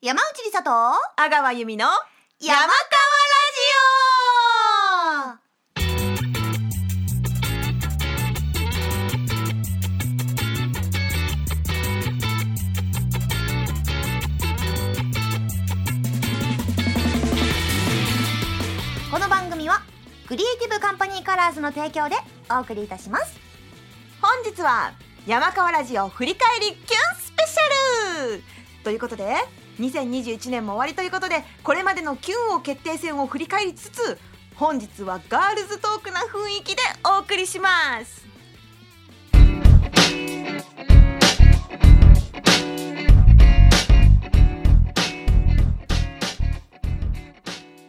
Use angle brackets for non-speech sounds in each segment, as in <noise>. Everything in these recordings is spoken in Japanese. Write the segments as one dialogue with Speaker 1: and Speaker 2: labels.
Speaker 1: 山内里沙と
Speaker 2: 阿川由美の
Speaker 1: 山川ラジオこの番組はクリエイティブカンパニーカラーズの提供でお送りいたします
Speaker 2: 本日は山川ラジオ振り返りキュンスペシャルということで2021年も終わりということでこれまでのキュンを決定戦を振り返りつつ本日はガールズトークな雰囲気でお送りします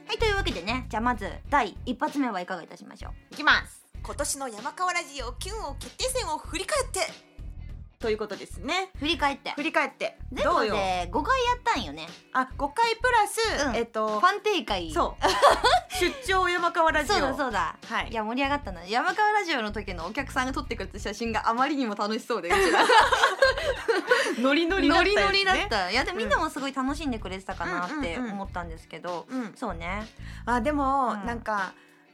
Speaker 1: はいというわけでねじゃあまず第一発目はいかがいたしましょう
Speaker 2: いきます今年の山川ラジオキュンを決定戦を振り返ってということですね
Speaker 1: 振り返って
Speaker 2: 振り返って
Speaker 1: 全
Speaker 2: ど
Speaker 1: 部
Speaker 2: う
Speaker 1: で
Speaker 2: よ
Speaker 1: 5回やったんよね
Speaker 2: あ5回プラス、
Speaker 1: うん
Speaker 2: えっ
Speaker 1: フ
Speaker 2: と
Speaker 1: ァン定会
Speaker 2: そう <laughs> 出張山川ラジオ
Speaker 1: そうだそうだ
Speaker 2: はい
Speaker 1: いや盛り上がったな山川ラジオの時のお客さんが撮ってくれた写真があまりにも楽しそうでうちら
Speaker 2: ノ <laughs> リノリだっ
Speaker 1: ノ
Speaker 2: た
Speaker 1: リ
Speaker 2: よね
Speaker 1: ノリだったいやでも
Speaker 2: うん
Speaker 1: みんなもすごい楽しんでくれてたかなっ
Speaker 2: う
Speaker 1: て
Speaker 2: んうんうん
Speaker 1: 思ったんですけど
Speaker 2: うん
Speaker 1: そうね
Speaker 2: あでも、
Speaker 1: うん
Speaker 2: なんか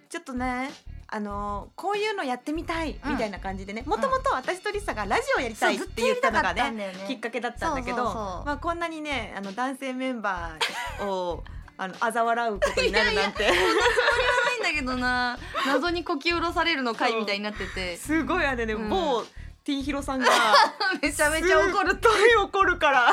Speaker 2: ちょっとねあのこういうのやってみたいみたいな感じでねもともと私とリサがラジオやりたいっ
Speaker 1: そう
Speaker 2: て言ったのがね
Speaker 1: んだよね
Speaker 2: きっかけだったんだけど
Speaker 1: そうそうそう
Speaker 2: まあ、こんなにねあの男性メンバーをあの嘲笑うことになるなん
Speaker 1: <laughs>
Speaker 2: て
Speaker 1: ないんだけどな謎にこき下ろされるの回みたいになって
Speaker 2: <laughs>
Speaker 1: て
Speaker 2: すごいあれね、
Speaker 1: うん
Speaker 2: 某 T ヒ
Speaker 1: <laughs>
Speaker 2: ロさんが
Speaker 1: めちゃめちゃ怒る
Speaker 2: ると怒るから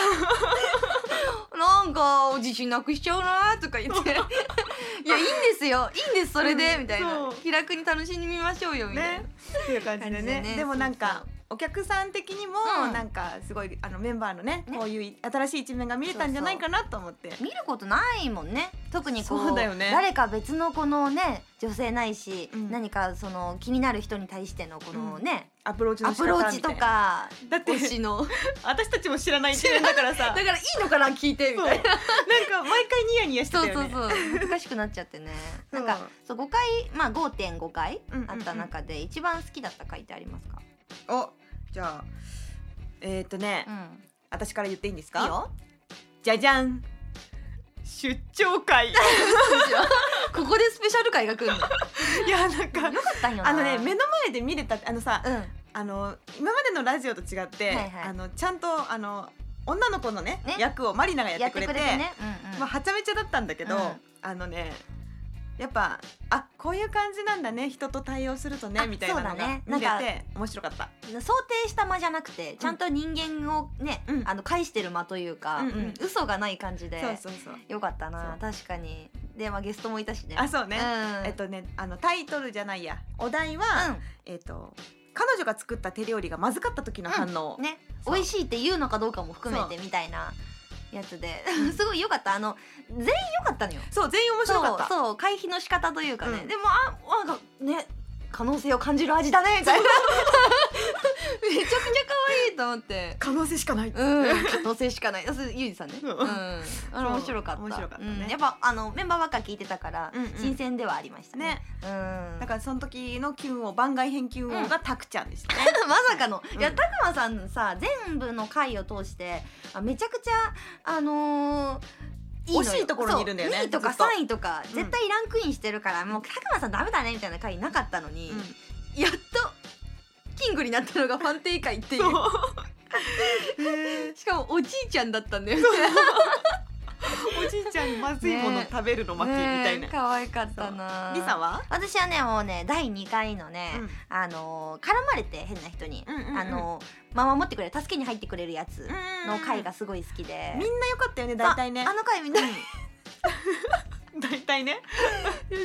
Speaker 1: なんか自信なくしちゃうなとか言って
Speaker 2: <laughs>
Speaker 1: いやいいんですよいいんですそれで
Speaker 2: うん
Speaker 1: みたいな
Speaker 2: そう
Speaker 1: 気楽に楽しみましょうよみたい
Speaker 2: ね
Speaker 1: な
Speaker 2: っていう感じで
Speaker 1: 感じで
Speaker 2: ね
Speaker 1: ね
Speaker 2: でもなん
Speaker 1: そう
Speaker 2: か
Speaker 1: そう
Speaker 2: お客さん的にも
Speaker 1: うん
Speaker 2: なんかすごいあのメンバーのね
Speaker 1: ね
Speaker 2: こういう新しい一面が見れたんじゃないかなと思って
Speaker 1: 見ることないもんね特にこう
Speaker 2: そうだよね
Speaker 1: 誰か別のこのね女性ないし、
Speaker 2: うん
Speaker 1: 何かその気になる人に対してのこのね、
Speaker 2: アプローチの
Speaker 1: ア
Speaker 2: 仕
Speaker 1: プ
Speaker 2: 方
Speaker 1: ローチと
Speaker 2: みたいな
Speaker 1: か
Speaker 2: だっ
Speaker 1: <laughs>
Speaker 2: て
Speaker 1: 推しの
Speaker 2: 私たちも知らない一面だから
Speaker 1: だ <laughs>
Speaker 2: さ
Speaker 1: からいいのかな聞いてみ
Speaker 2: そう
Speaker 1: た
Speaker 2: なん
Speaker 1: いな
Speaker 2: か毎回ニヤニヤして
Speaker 1: そ
Speaker 2: た
Speaker 1: う
Speaker 2: よね
Speaker 1: <laughs> そうそう恥ずかしくなっちゃってね
Speaker 2: う
Speaker 1: なんんかそう5回まあ5.5回
Speaker 2: うんうんうん
Speaker 1: あった中で一番好きだった回ってありますか、
Speaker 2: おじゃあえーっとね、
Speaker 1: うん、
Speaker 2: 私から言っていいんですか
Speaker 1: いいよ
Speaker 2: じゃじゃん出
Speaker 1: <laughs>
Speaker 2: 張会い
Speaker 1: <laughs> ここでスペシャル回が来るの <laughs> よか
Speaker 2: やなんか
Speaker 1: ったんよな
Speaker 2: あのね目の前で見れたってあのさ
Speaker 1: うん
Speaker 2: あの今までのラジオと違って、
Speaker 1: はいはい
Speaker 2: あのちゃんとあの女の子のね
Speaker 1: ね
Speaker 2: 役をマリナがや
Speaker 1: や
Speaker 2: っ
Speaker 1: って
Speaker 2: くれ
Speaker 1: て
Speaker 2: て
Speaker 1: くれてね、うんうん
Speaker 2: まあ、はちゃめちゃだったんだけど、
Speaker 1: うん
Speaker 2: あのねやっぱあこういう感じなんだね人と対応するとね
Speaker 1: あ
Speaker 2: みたいなの
Speaker 1: そうだ
Speaker 2: が
Speaker 1: ね
Speaker 2: 見れて、
Speaker 1: なんか
Speaker 2: 面白かった。
Speaker 1: 想定した間じゃなくてちゃんと人間をね、
Speaker 2: うん
Speaker 1: あの返してる間というか、
Speaker 2: う
Speaker 1: うんん
Speaker 2: うん
Speaker 1: 嘘がない感じで
Speaker 2: そうそうそう
Speaker 1: よかったな確かにで、まあ、ゲストもいたしね
Speaker 2: あそうね、
Speaker 1: うん、
Speaker 2: えっとねあのタイトルじゃないやお題は、えっと彼女が作った手料理がまずかった時の反応、
Speaker 1: うん、ね
Speaker 2: そう
Speaker 1: 美味しいって言うのかどうかも含めてみたいなやつで <laughs> すごいよかったあの全員よかったのよ
Speaker 2: そう全員面白かった
Speaker 1: そうそう回避の仕方というかね、
Speaker 2: うん
Speaker 1: でもあなんかね可能性を感じる味だねみたいな <laughs> めちゃくちゃ可愛いと思って
Speaker 2: 可能性しかない、
Speaker 1: うん、可能性しかない。あそれゆうじさんね。
Speaker 2: う
Speaker 1: うんん、あれ面白かった。
Speaker 2: 面白かったね
Speaker 1: うんやっぱあのメンバーばっか聞いてたから、
Speaker 2: うんうん
Speaker 1: 新鮮ではありましたね
Speaker 2: <laughs>
Speaker 1: う
Speaker 2: ね。
Speaker 1: ん。
Speaker 2: だからその時のキュンを番外編キュン王がタクちゃんでしたね、
Speaker 1: まさかの、
Speaker 2: うん
Speaker 1: いやたくまさんさ全部の回を通してあめちゃくちゃあのーのよ
Speaker 2: 惜しいところにいるんだよね
Speaker 1: そう2位とか
Speaker 2: ずっと
Speaker 1: 3位とか
Speaker 2: うん
Speaker 1: 絶対ランクインしてるから、もうたくまさんダメだねみたいな回なかったのに、
Speaker 2: うん
Speaker 1: やっとキングになったのがファンテイ会
Speaker 2: <laughs>
Speaker 1: っていう
Speaker 2: そう。へえ
Speaker 1: しかもおじいちゃんだったんだよね
Speaker 2: おじいちゃんまずいもの食べるの巻きみたいな。
Speaker 1: ねえ
Speaker 2: リ
Speaker 1: 可愛かったな
Speaker 2: サは？
Speaker 1: 私はねもうね第2回のね、
Speaker 2: うん
Speaker 1: あのー絡まれて変な人に、
Speaker 2: うんうんうん
Speaker 1: あのーまあ守ってくれる助けに入ってくれるやつの回が
Speaker 2: さ
Speaker 1: すごい好きで、
Speaker 2: みんな良かったよね。大体ね
Speaker 1: ああ。の回みんな新
Speaker 2: 大体ね。
Speaker 1: 町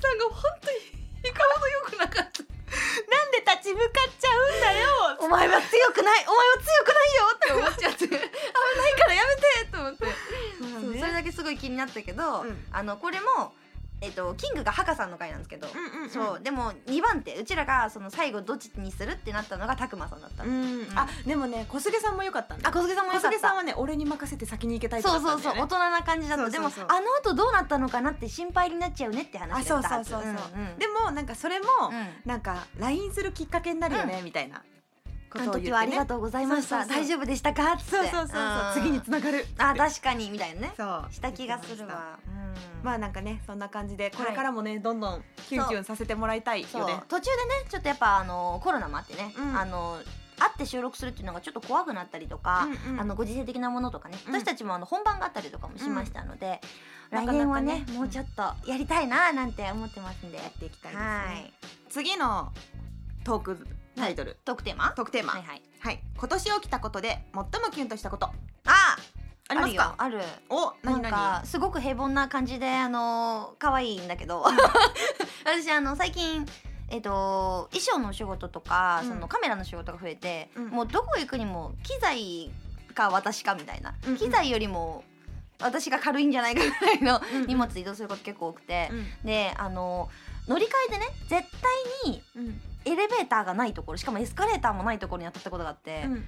Speaker 1: さんが本当にいかほど良くなかった
Speaker 2: なんで立ち向かっちゃうんだよ。
Speaker 1: お前は強くないお前は強くないよって思っちゃって <laughs> 危ないからやめてと思って
Speaker 2: そう
Speaker 1: そうそれだけすごい気になったけど、
Speaker 2: うん
Speaker 1: あのこれも、えっと、キングがハカさんの回なんですけど、
Speaker 2: うんうん
Speaker 1: そうでも2番手うちらがその最後どっちにするってなったのがたくまさんだったの、
Speaker 2: うん。あでもね小菅さんも良かったんだ
Speaker 1: あ。小菅さんも
Speaker 2: 小
Speaker 1: よかっ
Speaker 2: 菅
Speaker 1: た
Speaker 2: さんはね俺に任せて先に行けたい。
Speaker 1: そうそうそう大。人な感じだった
Speaker 2: そうそうそう
Speaker 1: でもあの後どうなったのかなって心配になっちゃうねって
Speaker 2: あ
Speaker 1: 話だっ
Speaker 2: そう
Speaker 1: た
Speaker 2: そ
Speaker 1: は
Speaker 2: う
Speaker 1: ず
Speaker 2: そうそう。
Speaker 1: んうん
Speaker 2: でもなんかそれも
Speaker 1: うん
Speaker 2: なんかラインするきっかけになるよねみたいな。こ
Speaker 1: あ
Speaker 2: と
Speaker 1: の
Speaker 2: を言って、ね、
Speaker 1: 時はありがとうございました。
Speaker 2: そうそうそう
Speaker 1: 大丈夫でしたかって。
Speaker 2: そうそうそうそう次につながる
Speaker 1: あー、確かにみたいなね。
Speaker 2: そう
Speaker 1: した気がするわ。うん
Speaker 2: まあなんかねそんな感じでこれ
Speaker 1: はい
Speaker 2: からもね、どんどんキュンキュンさせてもらいたい
Speaker 1: そう
Speaker 2: よね
Speaker 1: 途中でねちょっとやっぱあのコロナもあってね、
Speaker 2: うん
Speaker 1: あの会って収録するっていうのがちょっと怖くなったりとか、
Speaker 2: うんうん
Speaker 1: あのご時世的なものとかね、
Speaker 2: うん
Speaker 1: 私たちもあの本番があったりとかもしましたので、
Speaker 2: う
Speaker 1: 来
Speaker 2: ん
Speaker 1: 年はね
Speaker 2: なかなかね
Speaker 1: もうちょっとやりたいななんて思ってますんで、
Speaker 2: やっていきたいですね、
Speaker 1: はい
Speaker 2: 次のトークタイトル、
Speaker 1: トークテーマ
Speaker 2: トークテーマ
Speaker 1: はいはい
Speaker 2: はい今年起きたことで最もキュンとしたこと
Speaker 1: あ
Speaker 2: ありますか
Speaker 1: あるよある
Speaker 2: お
Speaker 1: な
Speaker 2: 何
Speaker 1: ん
Speaker 2: 何
Speaker 1: かすごく平凡な感じであの可愛いんだけど <laughs> 私あの最近えっと衣装のお仕事とか、
Speaker 2: うん
Speaker 1: そのカメラの仕事が増えて、
Speaker 2: うん
Speaker 1: もうどこ行くにも機材か私かみたいな、
Speaker 2: うんうん
Speaker 1: 機材よりも私が軽いんじゃないかぐらいの
Speaker 2: うんうん
Speaker 1: 荷物移動すること結構多くて、
Speaker 2: うん
Speaker 1: であの乗り換えでね絶対に
Speaker 2: うん
Speaker 1: エレベーターがないところしかもエスカレーターもないところに当たったことがあって、
Speaker 2: うん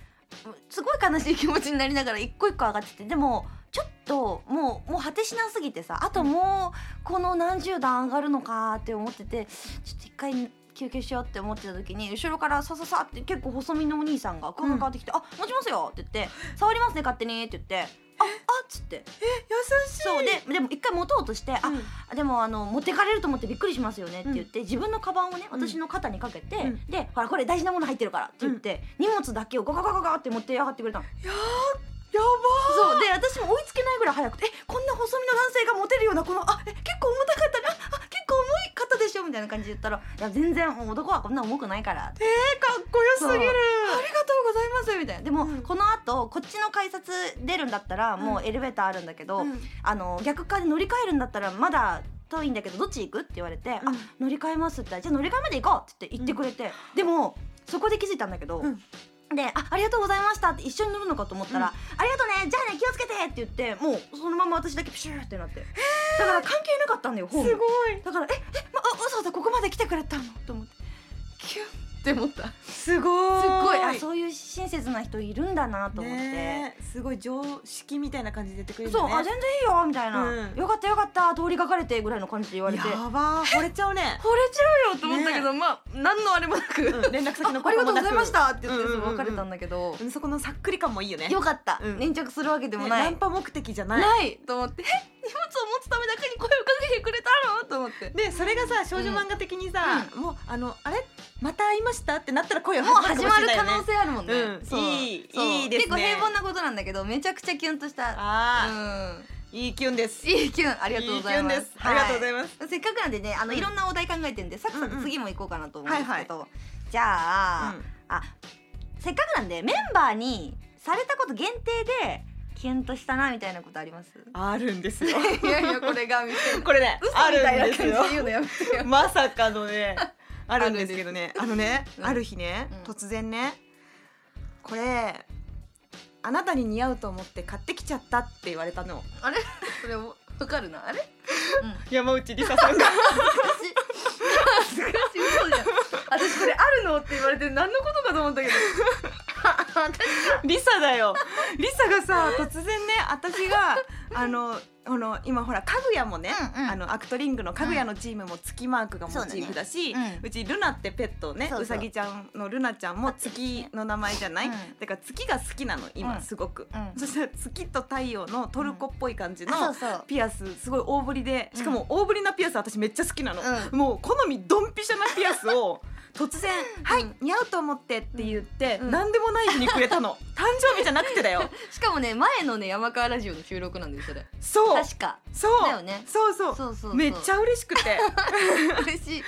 Speaker 1: すごい悲しい気持ちになりながら一個一個上がっててでもちょっともうもう果てしなすぎてさあともうこの何十段上がるのかって思っててちょっと一回休憩しようって思ってた時に後ろからさささって結構細身のお兄さんがクンクンってきて「あ持ちますよ」って言って「触りますね勝手に」って言って「ああっ」つって
Speaker 2: 優しい
Speaker 1: そうででも一回持とうとして「あ
Speaker 2: うん
Speaker 1: でもあの持ってかれると思ってびっくりしますよねって言って、自分のカバンをね私の肩にかけて、
Speaker 2: うん
Speaker 1: でほらこれ大事なもの入ってるからって言って、荷物だけをガガガガガって持ってやがってくれたの
Speaker 2: や
Speaker 1: そうで私も追いつけないぐらい早くてえこんな細身の男性が持てるようなこのあえ結構重たかったなあ結構重い方でしょみたいな感じで言ったら「いや全然もう男はこんな重くないから」って
Speaker 2: ばかっこよすぎ
Speaker 1: あ
Speaker 2: る
Speaker 1: りがとうございます」みたいなでも、
Speaker 2: うん
Speaker 1: このあとこっちの改札出るんだったらもうエレベーターあるんだけど、
Speaker 2: うん
Speaker 1: あの逆側で乗り換えるんだったらまだ遠いんだけどどっち行くって言われて、
Speaker 2: う
Speaker 1: あ
Speaker 2: ん
Speaker 1: 乗り換えますって言ったらじゃあ乗り換えまで行こうって言って言ってくれて、でもそこで気づいたんだけど、
Speaker 2: うん
Speaker 1: であ「ありがとうございました」って一緒に乗るのかと思ったら
Speaker 2: うん
Speaker 1: 「ありがとうねじゃあね気をつけて」って言ってもうそのまま私だけピシューってなってだから関係なかったんだよホーム
Speaker 2: すごい
Speaker 1: だから「ええまあわざわざここまで来てくれたの?」と思ってキュンって思ったす
Speaker 2: すごい
Speaker 1: っごいあそういう親切な人いるんだなと思って。
Speaker 2: ねえすごい常識みたいな感じで出てくるん
Speaker 1: そう、あ
Speaker 2: だね
Speaker 1: 全然いいよみたいな、
Speaker 2: うん
Speaker 1: よかったよかった通りかかれてぐらいの感じで言われて
Speaker 2: やばー惚れちゃ
Speaker 1: <laughs>
Speaker 2: うね
Speaker 1: 惚れちゃうよと思ったけど、まあ何のあれもなく、
Speaker 2: う
Speaker 1: <laughs>
Speaker 2: ん連絡先の <laughs>
Speaker 1: あありがとうございましたたって言って
Speaker 2: うんうんうんうん
Speaker 1: 別れたんだけど、
Speaker 2: うんそこのさっくり感もいいよね
Speaker 1: よかった、
Speaker 2: うん
Speaker 1: 粘着するわけでも
Speaker 2: ね
Speaker 1: な
Speaker 2: ナ
Speaker 1: い、
Speaker 2: ンパ目的じゃない
Speaker 1: ないと思ってえ荷物を持つためだけに声をかけてくれたのと思って
Speaker 2: でそれがさ少女漫画的にさ、もうあのあれまた会いましたってなったら声が
Speaker 1: もう始まる可能
Speaker 2: 性
Speaker 1: 性あるもんね、
Speaker 2: うん
Speaker 1: そう
Speaker 2: いい
Speaker 1: そう
Speaker 2: いいですね
Speaker 1: 結構平凡なことなんだけどめちゃくちゃキュンとした
Speaker 2: あ
Speaker 1: うん
Speaker 2: ー、いいキュンで
Speaker 1: <laughs>
Speaker 2: す
Speaker 1: いいキュンありがとうございます
Speaker 2: キュンですありがとうございます、
Speaker 1: はせっかくなんでねあの、
Speaker 2: うん
Speaker 1: いろんなお題考えてるんでサクサク次も行こうかなと思うんですけど、じゃあ、
Speaker 2: うん
Speaker 1: あせっかくなんでメンバーにされたこと限定でキュンとしたなみたいなことあります
Speaker 2: あるんです
Speaker 1: <laughs>
Speaker 2: よ
Speaker 1: いやいやこれがみたいな
Speaker 2: これ <laughs> ね
Speaker 1: 嘘
Speaker 2: あ
Speaker 1: みたいなん感
Speaker 2: るで
Speaker 1: じ
Speaker 2: す
Speaker 1: で
Speaker 2: よ
Speaker 1: 言うのやめてよ <laughs>
Speaker 2: <laughs> まさかのねあるんですけどねあのね、
Speaker 1: うん
Speaker 2: ある日ね、
Speaker 1: うん
Speaker 2: 突然ねこれあなたに似合うと思って買ってきちゃったって言われたの
Speaker 1: あれそれわかるなあれ、うん、
Speaker 2: 山内りささん <laughs>
Speaker 1: <laughs>
Speaker 2: が
Speaker 1: 恥ずかしい嘘じゃん私これあるのって言われて何のことかと思ったけど
Speaker 2: リサ
Speaker 1: <laughs>
Speaker 2: だよリサがさ突然ね私があのあの今ほらかぐやもね、
Speaker 1: うんうん
Speaker 2: あのアクトリングのかぐやのチームも月マークがモチーフだ
Speaker 1: そ
Speaker 2: し
Speaker 1: うだねうん
Speaker 2: ちルナってペットね
Speaker 1: そうそう
Speaker 2: うさぎちゃんのルナちゃんも月の名前じゃない、
Speaker 1: うん
Speaker 2: だから月が好きなの
Speaker 1: う
Speaker 2: 今
Speaker 1: ん
Speaker 2: すごく、
Speaker 1: うん
Speaker 2: そしたら月と太陽のトルコっぽい感じの、
Speaker 1: あそうそう
Speaker 2: ピアスすごい大ぶりでしかも大ぶりなピアス私めっちゃ好きなの、
Speaker 1: う
Speaker 2: もう好みドンピシャなピアスを <laughs> 突然「はい、似合うと思って」って言って、
Speaker 1: うん
Speaker 2: 何でもない日にくれ <laughs> たの誕生日じゃなくてだよ
Speaker 1: しかもね前のね山川ラジオの収録なんですそれ
Speaker 2: そう
Speaker 1: 確か
Speaker 2: そう
Speaker 1: だよね
Speaker 2: そうそう
Speaker 1: そうそうそう
Speaker 2: めっちゃ嬉しく <laughs> て
Speaker 1: 嬉しい嬉しか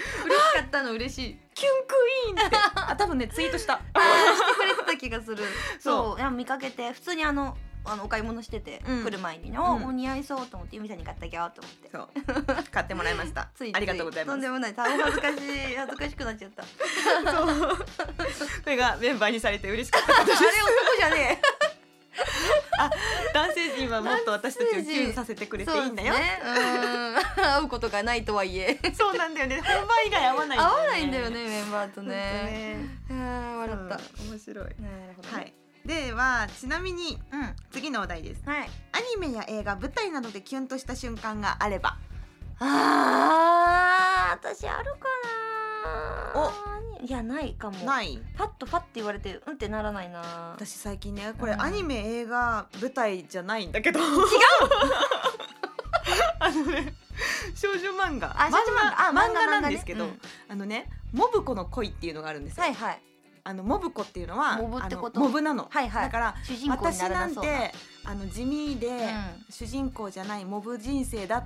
Speaker 1: ったの嬉しい
Speaker 2: キュンクイーンってあ多分ねツイートした
Speaker 1: してくれてた気がする
Speaker 2: <laughs> そう
Speaker 1: そういや見かけて普通にあのあのお買い物してて、
Speaker 2: うん
Speaker 1: 来る前にね、
Speaker 2: うん
Speaker 1: お似合いそうと思ってゆみさんに買ってあげようと思って
Speaker 2: <laughs> そう買ってもらいました
Speaker 1: ついつい
Speaker 2: ありがとうございま
Speaker 1: とん
Speaker 2: す
Speaker 1: でもない大変恥ずかし
Speaker 2: <laughs>
Speaker 1: い恥ずかしくなっちゃったあ
Speaker 2: そうそれがメンバーにされて嬉しかった
Speaker 1: れ男じゃね <laughs>
Speaker 2: 男性陣はもっと私たちをキュンさせてく
Speaker 1: え
Speaker 2: れていいんだよ
Speaker 1: そうですねう
Speaker 2: <laughs>
Speaker 1: ーん会うことがないとはい <laughs> え
Speaker 2: そうなんだよね。本番以外合わない
Speaker 1: 合
Speaker 2: んだよね。
Speaker 1: わないんだよねメンバーと
Speaker 2: 本当
Speaker 1: ね
Speaker 2: ね。
Speaker 1: あー笑った、
Speaker 2: うん面白い。
Speaker 1: なるほどね、
Speaker 2: はい。ではちなみに
Speaker 1: うん
Speaker 2: 次のお題です。
Speaker 1: はい
Speaker 2: アニメや映画、舞台などでキュンとした瞬間があれば。
Speaker 1: あー私あるかいやないかも
Speaker 2: ない
Speaker 1: パッとパッて言われてうんってならないな
Speaker 2: 私最近ねこれ
Speaker 1: うん
Speaker 2: アニメ映画舞台じゃないんだけど違う <laughs> あのね少女漫画
Speaker 1: あ少女漫画あ
Speaker 2: 漫
Speaker 1: 漫画漫
Speaker 2: 画
Speaker 1: 画
Speaker 2: なん
Speaker 1: ね
Speaker 2: ですけ
Speaker 1: う
Speaker 2: ど、
Speaker 1: ん
Speaker 2: あのねモブ子の恋っていうのがあるんですよ、
Speaker 1: はいはい
Speaker 2: あのモブ子っていうのは
Speaker 1: モブってこと
Speaker 2: あのモブなの、
Speaker 1: はいはい
Speaker 2: だから
Speaker 1: 主人公に
Speaker 2: 私
Speaker 1: なら
Speaker 2: な
Speaker 1: なんそうな
Speaker 2: てあの地味で、
Speaker 1: ん
Speaker 2: 主人公じゃないモブ人生だ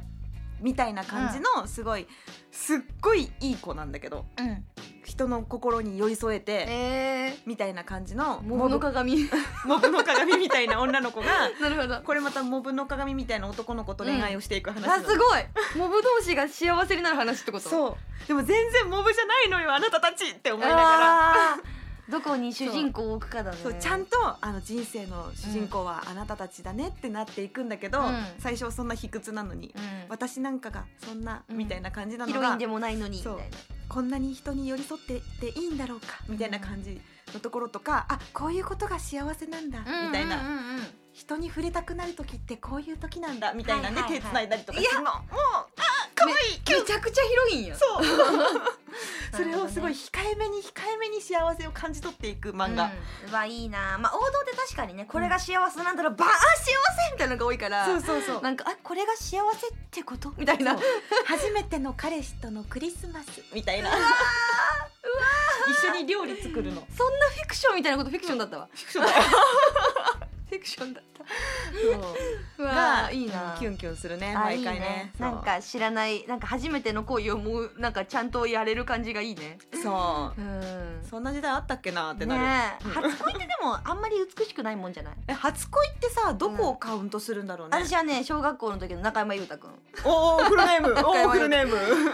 Speaker 2: みたいな感じのすごいすっごいいい子なんだけど
Speaker 1: うん
Speaker 2: 人の心に寄り添えて
Speaker 1: え
Speaker 2: みたいな感じの
Speaker 1: ー、桃の鏡
Speaker 2: モブの鏡みたいな女の子が
Speaker 1: <laughs> なるほど
Speaker 2: これまたモブの鏡みたいな男の子と恋愛をしていく話な
Speaker 1: あ
Speaker 2: の、
Speaker 1: すごいモブ同士が幸せになる話ってことう
Speaker 2: そうでも全然モブじゃないのよあなたたちって思いながら。
Speaker 1: あーどこに主人公を置くかだね
Speaker 2: そうちゃんとあの人生の主人公はあなたたちだねってなっていくんだけど、
Speaker 1: うん
Speaker 2: 最初はそんな卑屈なのに、
Speaker 1: う
Speaker 2: 私なんかがそんな
Speaker 1: うん、
Speaker 2: みたいな感じなん
Speaker 1: ヒ
Speaker 2: の
Speaker 1: ロイ
Speaker 2: が、
Speaker 1: ンでもないのにみた
Speaker 2: そ
Speaker 1: いうな
Speaker 2: こんなに人に寄り添ってっていいんだろうかみたいな感じのところとか、あこういうことが幸せなんだ、みたいな、
Speaker 1: うんうんうんうん
Speaker 2: 人に触れたくなる時ってこういう時なんだみたいなんで
Speaker 1: はいはいはい
Speaker 2: 手つないだりとかするの、もうあ可愛いキュン
Speaker 1: めちゃくちゃヒロインや
Speaker 2: そ
Speaker 1: な
Speaker 2: うそ
Speaker 1: るほどね
Speaker 2: れをすごい控えめに控えめに幸せを感じ取っていく漫画、
Speaker 1: うん、はいいなまあ王道で確かにねこれが幸せなんだろう、ばあ幸せみたいなのが多いから
Speaker 2: そうそうそう
Speaker 1: なんかあこれが幸せってことみたいな
Speaker 2: そう初めての彼氏とのクリスマスみたいな一緒に料理作るの
Speaker 1: そんなフィクションみたいなことフィクションだったわ
Speaker 2: フィクションだよ
Speaker 1: フィクションだったう
Speaker 2: が
Speaker 1: いいな
Speaker 2: キュンキュンするね
Speaker 1: あい
Speaker 2: 毎
Speaker 1: い
Speaker 2: 回ね
Speaker 1: ね
Speaker 2: そう
Speaker 1: なんか知らないなんか初めての恋をもうなんかちゃんとやれる感じがいいね
Speaker 2: そ
Speaker 1: うん
Speaker 2: うそんな時代あったっけなってなる、
Speaker 1: ねえ
Speaker 2: うん
Speaker 1: 初恋ってでもあんまり美しくないもんじゃない
Speaker 2: え初恋ってさどこをカウントするんだろうね、
Speaker 1: <laughs> 私はね小学校の時の中山裕太くん
Speaker 2: おおフルネー
Speaker 1: <laughs>
Speaker 2: ム
Speaker 1: か
Speaker 2: おおフルネー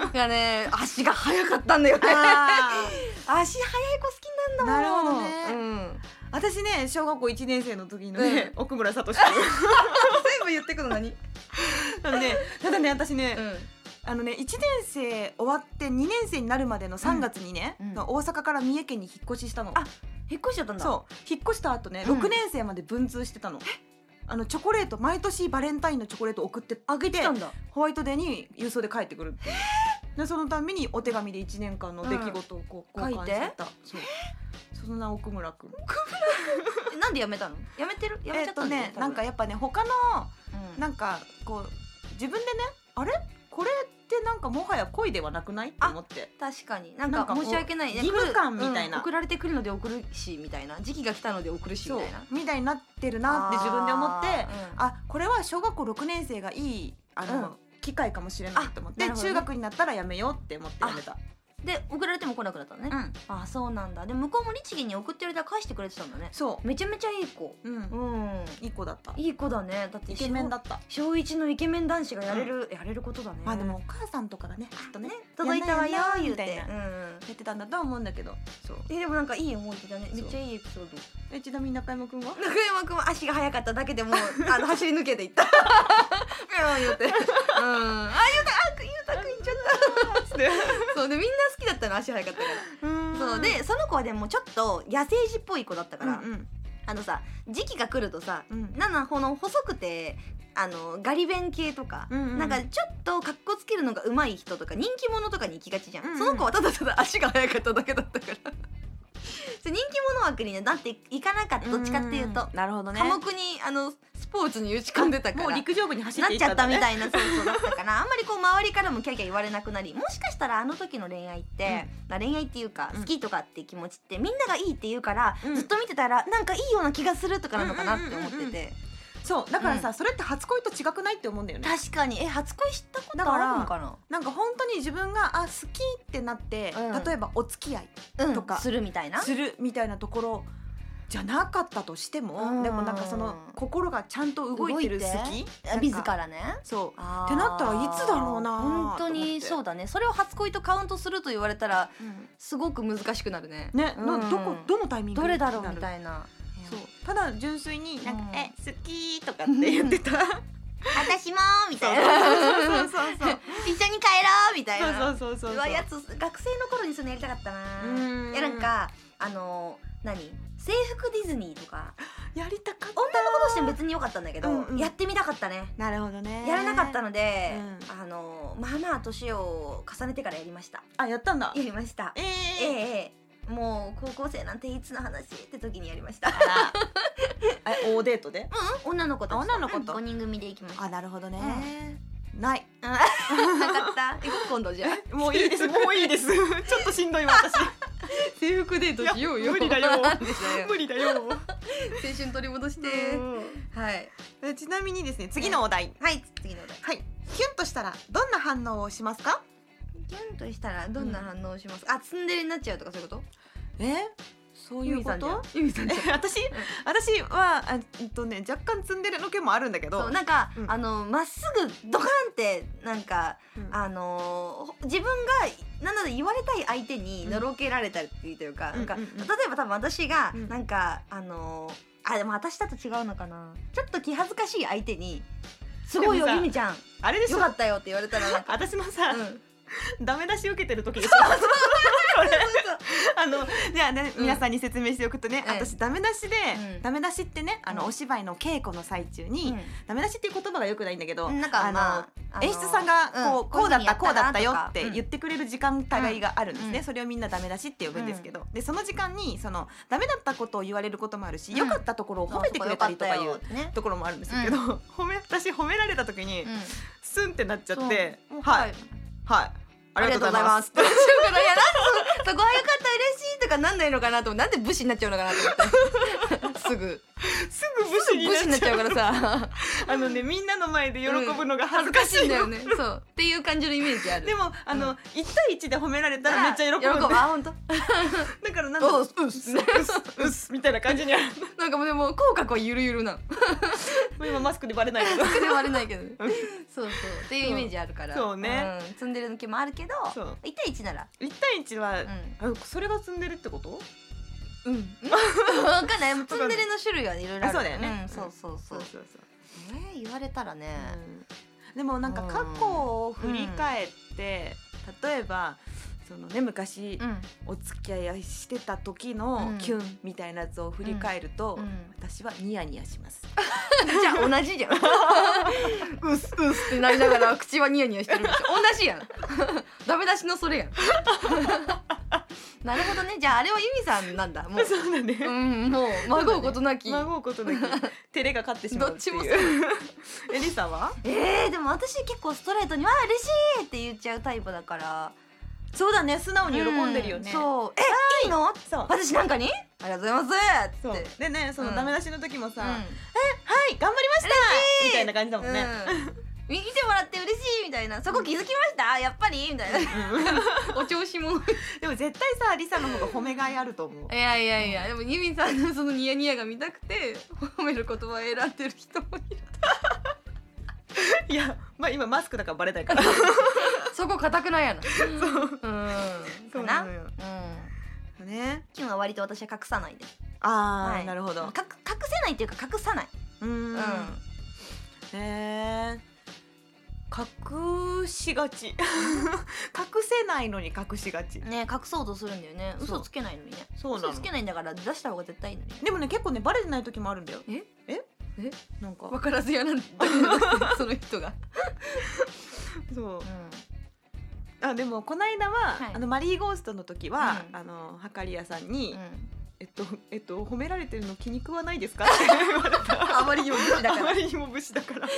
Speaker 2: ム
Speaker 1: がね足が速かったんだよね
Speaker 2: あ <laughs>
Speaker 1: 足速い子好きなんだもん
Speaker 2: なるほどね
Speaker 1: うん
Speaker 2: ー私ね小学校一年生の時のね、奥
Speaker 1: <laughs>
Speaker 2: 村聡
Speaker 1: 全部言ってくの何？
Speaker 2: <laughs> あのねただね私ね、
Speaker 1: うん。
Speaker 2: あのね1年生終わって2年生になるまでの3月にね、
Speaker 1: うんうん
Speaker 2: 大阪から三重県に引っ越ししたの
Speaker 1: あ引っ越しちゃったんだ。
Speaker 2: そう引っ越した後ね
Speaker 1: うん
Speaker 2: 6年生まで文通してたの、あのチョコレート毎年バレンタインのチョコレート送って
Speaker 1: あげてたんだ。
Speaker 2: ホワイトデーに郵送で帰ってくるっていうでそのためにお手紙で1年間の出来事をこう
Speaker 1: うん
Speaker 2: 交換してた、
Speaker 1: そう。
Speaker 2: その名奥村くん
Speaker 1: えなんで辞めたの？辞めてる？辞めちゃったんだよ
Speaker 2: えっとねなんか、やっぱね他の
Speaker 1: な
Speaker 2: なんんかこう自分でねあれこれってなんかもはや恋ではなくないって思って
Speaker 1: 確かになん
Speaker 2: なん
Speaker 1: か
Speaker 2: かこう
Speaker 1: 申し訳ないね。
Speaker 2: 義務感みたいな
Speaker 1: うん送られてくるので送るしみたいな時期が来たので送るしみ
Speaker 2: そう
Speaker 1: たいな。
Speaker 2: みたいになってるなって自分で思って
Speaker 1: あ
Speaker 2: あこれは小学校6年生がいいあの、
Speaker 1: うん
Speaker 2: 機会かもしれないと思って、
Speaker 1: あなるほどね
Speaker 2: 中学になったらやめようって思ってやめた、
Speaker 1: ーで送られても来なくなったのね。
Speaker 2: うん、
Speaker 1: あそうなんだ。で向こうも律儀に送ってる間返してくれてたんだね。
Speaker 2: そ
Speaker 1: めちゃめちゃいい子。
Speaker 2: う、うん、
Speaker 1: うん。
Speaker 2: いい子だった
Speaker 1: いい子だね。だって
Speaker 2: イケメンだった
Speaker 1: 小一のイケメン男子がやれる、やれることだね。
Speaker 2: まあでもお母さんとかがねきっとね
Speaker 1: ね届いたわよ
Speaker 2: やんな
Speaker 1: 言うん
Speaker 2: やなみたい
Speaker 1: て
Speaker 2: な。
Speaker 1: うん
Speaker 2: やってたんだとは思うんだけどそう
Speaker 1: えでもなんかいい思い出だね
Speaker 2: そ
Speaker 1: め
Speaker 2: う
Speaker 1: っちゃいいエピソード
Speaker 2: えちなみに中山くん
Speaker 1: <laughs>
Speaker 2: は
Speaker 1: 中山くんは足が速かっただけで
Speaker 2: <laughs>
Speaker 1: もうあの走り抜けていったうん言うてうんあ言うたあ言うたくんちゃ
Speaker 2: <laughs>
Speaker 1: ったそうでみんな好きだったの足速かったからそうでその子はでもちょっと野生児っぽい子だった
Speaker 2: う
Speaker 1: か
Speaker 2: んう
Speaker 1: ら、
Speaker 2: ん
Speaker 1: あのさ時期が来るとさ
Speaker 2: うん
Speaker 1: なんなんこの細くてあのガリ弁系とか、
Speaker 2: うんうん
Speaker 1: なんかちょっとかっこつけるのが上手い人とか人気者とかに行きがちじゃん、
Speaker 2: うんうん
Speaker 1: その子はただただ足が速かっただけだったから <laughs> そう人気者枠にねなっていかなかったどっちかっていうと、
Speaker 2: んなるほどね
Speaker 1: 科目にあのスポーツに打ち込んでたから
Speaker 2: もう陸上部に走っ
Speaker 1: なって
Speaker 2: い
Speaker 1: ちゃったみ
Speaker 2: い
Speaker 1: たいなそうそうだったからあんまりこう周りからもキャーキャー言われなくなりもしかしたらあの時の恋愛って、まあ、恋愛っていうか
Speaker 2: うん
Speaker 1: 好きとかっていう気持ちってみんながいいって言うから、
Speaker 2: うん
Speaker 1: ずっと見てたらなんかいいような気がするとかなのかなって思ってて、
Speaker 2: うんうんうんうんそうだからさ、
Speaker 1: う
Speaker 2: それって初恋と違くないって思うんだよね
Speaker 1: 確かにえ初恋知ったこ
Speaker 2: だ
Speaker 1: と
Speaker 2: から
Speaker 1: あるのか
Speaker 2: なんか本当に自分があ好きってなって、
Speaker 1: うん
Speaker 2: 例えばお付き合い
Speaker 1: な、うん、
Speaker 2: と
Speaker 1: と
Speaker 2: か
Speaker 1: かするみたいな
Speaker 2: するみたいなところじゃなかったとして
Speaker 1: う
Speaker 2: も
Speaker 1: ん
Speaker 2: でもなんかその心がちゃんと動いてる
Speaker 1: 動いて
Speaker 2: 好き
Speaker 1: あ自
Speaker 2: なんから
Speaker 1: ね
Speaker 2: そう
Speaker 1: っ
Speaker 2: ってなったらいつだろうな
Speaker 1: 本当に
Speaker 2: と思って
Speaker 1: そうだねそれを初恋とカウントすると言われたらすごく難しくなるね
Speaker 2: ね、
Speaker 1: うん
Speaker 2: などこどのタイミング
Speaker 1: どれだろうみ
Speaker 2: い
Speaker 1: たいな
Speaker 2: そうただ純粋になんか、
Speaker 1: うん
Speaker 2: え好きとかって言ってた <laughs>
Speaker 1: 私もみ
Speaker 2: そ
Speaker 1: た
Speaker 2: う
Speaker 1: いな
Speaker 2: そうそうそう
Speaker 1: 一緒に帰ろうみたいな
Speaker 2: そうそうそうそうそう
Speaker 1: うわやつ学生の頃にそのやりたかったな
Speaker 2: うん
Speaker 1: いやなんかあのー何制服ディズニーとか
Speaker 2: やりたかった
Speaker 1: 女の子としても別に良かったんだけど、
Speaker 2: うんうん
Speaker 1: やってみたかったね
Speaker 2: なるほどね
Speaker 1: やれなかったので、
Speaker 2: う
Speaker 1: あのまあまあ年を重ねてからやりました
Speaker 2: あやったんだ
Speaker 1: やりました
Speaker 2: えー、
Speaker 1: ええええもう高校生なんていつの話って時にやりました
Speaker 2: あらえ大デートで
Speaker 1: <laughs> 女の子と
Speaker 2: あ女の子と
Speaker 1: 5人組で行きました
Speaker 2: あなるほどね、ない
Speaker 1: うんなかった行こう今度じゃあ
Speaker 2: もういいです <laughs> もういいですちょっとしんどいわ
Speaker 1: <laughs>
Speaker 2: 私
Speaker 1: 制服デートしようよ
Speaker 2: いや無理だよ
Speaker 1: なんでだよ
Speaker 2: 無理だよ
Speaker 1: 青春取り戻して
Speaker 2: うん
Speaker 1: はい
Speaker 2: えちなみにですね次のお題、
Speaker 1: はい次のお題
Speaker 2: はいキュンとしたらどんな反応をしますか
Speaker 1: キュンとしたらどんな反応をしますか、あツンデレになっちゃうとかそういうこと
Speaker 2: えそう
Speaker 1: ゆみさんじゃんゆみさんじゃん
Speaker 2: 私私はあえっとね若干ツンデレの件もあるんだけ
Speaker 1: そ
Speaker 2: ど
Speaker 1: うなんか、
Speaker 2: うん
Speaker 1: あのまっすぐドカンってなんか
Speaker 2: うん
Speaker 1: あのー自分がなんだろう言われたい相手にのろけられたりというか、
Speaker 2: うん
Speaker 1: なんか、
Speaker 2: うんうんうん
Speaker 1: 例えば多分私が
Speaker 2: うん
Speaker 1: なんか、あのーあでも私だと違うのかなちょっと気恥ずかしい相手に「すごいよ
Speaker 2: で
Speaker 1: ゆ
Speaker 2: もさ
Speaker 1: みちゃん
Speaker 2: あれでし
Speaker 1: よ
Speaker 2: ょ
Speaker 1: かったよ」って言われたら <laughs> なんか。
Speaker 2: 私もさ、
Speaker 1: うん、そう
Speaker 2: ダメ出し受けてる時でしょこれ <laughs> あのじゃあね、
Speaker 1: うん
Speaker 2: 皆さんに説明しておくとね、
Speaker 1: ええ
Speaker 2: 私ダメ出しで、
Speaker 1: うん
Speaker 2: ダメ出しってねあの、
Speaker 1: うん
Speaker 2: お芝居の稽古の最中
Speaker 1: そ
Speaker 2: に、
Speaker 1: う
Speaker 2: ダメ出しっていう言葉がよくないんだけど、
Speaker 1: うん、なんか
Speaker 2: あの
Speaker 1: まああのー
Speaker 2: 演出さんがこう,、
Speaker 1: ん
Speaker 2: こうだったこうだったよっ
Speaker 1: こうい
Speaker 2: て
Speaker 1: うふうに
Speaker 2: 言
Speaker 1: や
Speaker 2: ってくれる時間帯があるんですね、
Speaker 1: うん
Speaker 2: それをみんなダメ出しって呼ぶんですけど、でその時間にそのダメだったことを言われることもあるし
Speaker 1: うん
Speaker 2: 良、かったところを
Speaker 1: たな
Speaker 2: 褒めてくれたりとかいう
Speaker 1: そうね、
Speaker 2: ところもあるんですけど、 <laughs> 褒め私褒められた時に、
Speaker 1: うん
Speaker 2: スンってなっちゃって
Speaker 1: そう
Speaker 2: はいはいありがとうございます
Speaker 1: ありがとうございます <laughs> だからいやなんかそそこはよかった嬉しいとかなんないのかなと思ってなんで武士になっちゃうのかなと思って <laughs> すぐ
Speaker 2: すぐ武士に
Speaker 1: 武士に
Speaker 2: な
Speaker 1: な
Speaker 2: っ
Speaker 1: っ
Speaker 2: ち
Speaker 1: ち
Speaker 2: ゃ
Speaker 1: ゃ
Speaker 2: う
Speaker 1: うからさ
Speaker 2: あのねみんなの前で喜ぶのが <laughs> 恥ずかしい
Speaker 1: んだ
Speaker 2: の、
Speaker 1: よねそうっていう感じのイメージある
Speaker 2: で
Speaker 1: も
Speaker 2: もあの、一対一で褒められたらめっちゃ喜ぶんで
Speaker 1: あ本当
Speaker 2: だからなんだろ
Speaker 1: う
Speaker 2: う
Speaker 1: っすうっす
Speaker 2: うっすうっすみたいな感じにあ <laughs> る
Speaker 1: なんかもうでも口角はゆるゆる
Speaker 2: <laughs>
Speaker 1: なの
Speaker 2: もう今マスクでバレないけど
Speaker 1: でもあれないけどね
Speaker 2: うん
Speaker 1: そうそうっていうイメージあるから
Speaker 2: そうね
Speaker 1: んツンデレの気もあるけど
Speaker 2: そう
Speaker 1: 一対一なら
Speaker 2: 一対一は
Speaker 1: う、ん
Speaker 2: あそれが積んでるってこと
Speaker 1: うんわかんないツンデレの種類はいろいろある
Speaker 2: あそうだよね
Speaker 1: んそうそうそう
Speaker 2: そうそう、
Speaker 1: えー言われたらね
Speaker 2: でもなんか過去を振り返って、例えばそのね昔
Speaker 1: うん
Speaker 2: お付き合いしてた時の
Speaker 1: うん
Speaker 2: キュンみたいなやつを振り返ると、
Speaker 1: うん
Speaker 2: 私はニヤニヤします。
Speaker 1: じゃ <laughs> あ同じじゃん。 <laughs> うっすうっすってなりながら口はニヤニヤしてるんですよ同じやん。ダメ出しのそれやん。 <laughs> なるほどね。じゃああれはユミさんなんだ。もう。
Speaker 2: そうだね。
Speaker 1: うん、も <laughs> う、まごうことなき。
Speaker 2: 孫うことなき照れが勝ってしまうっていう。
Speaker 1: どっち
Speaker 2: エリさんは？
Speaker 1: えー、でも私結構ストレートに「わあ嬉しい!」って言っちゃうタイプだから
Speaker 2: そうだね。素直に喜んでるよ
Speaker 1: う
Speaker 2: ね。
Speaker 1: そう「えいいの?」
Speaker 2: そう。
Speaker 1: 私なんかに「ありがとうございます」って
Speaker 2: そうでねそのダメ出しの時もさ、
Speaker 1: う
Speaker 2: は
Speaker 1: ん
Speaker 2: い頑張りましたみたいな感じだもんね。
Speaker 1: <laughs> うん、見てもらって嬉しいみたいなそこ気づきましたやっぱりみたいな <laughs> お調子者
Speaker 2: でも絶対さリサの方が褒めがいあると思う
Speaker 1: い。やいやいやでもユミさんのそのニヤニヤが見たくて褒める言葉を選んでる人もいる
Speaker 2: いやまあ今マスクだからバレないから。
Speaker 1: <laughs> そこ固くないやなそう
Speaker 2: そ
Speaker 1: ん
Speaker 2: う
Speaker 1: かな
Speaker 2: な
Speaker 1: う
Speaker 2: の
Speaker 1: ん
Speaker 2: よね。
Speaker 1: キュンは割と私は隠さないです
Speaker 2: あー、
Speaker 1: はい
Speaker 2: なるほど。
Speaker 1: かく隠せないっていうか隠さない、
Speaker 2: うーん
Speaker 1: うん
Speaker 2: へえ。隠しがち。隠せないのに隠しがち。
Speaker 1: ね隠そうとするんだよね
Speaker 2: そ
Speaker 1: 嘘
Speaker 2: う
Speaker 1: つけないのにね
Speaker 2: そうな
Speaker 1: 嘘
Speaker 2: の
Speaker 1: つ。けないんだから出した方が絶対いいのにね
Speaker 2: でもね結構ねバレてない時もあるんだよ。
Speaker 1: え
Speaker 2: え
Speaker 1: え
Speaker 2: なんか
Speaker 1: 分からずやなん <laughs> だその人が、
Speaker 2: そう
Speaker 1: う。ん、
Speaker 2: あでもこの間は、
Speaker 1: はい
Speaker 2: あのマリーゴーストの時は、
Speaker 1: うん
Speaker 2: あのはかり屋さんに、
Speaker 1: うん
Speaker 2: えっとえっと褒められてるの気に食わない <laughs> ですかって言われた。
Speaker 1: <laughs> あまりにも無視だから
Speaker 2: あまりにも武士だ <laughs> から。
Speaker 1: や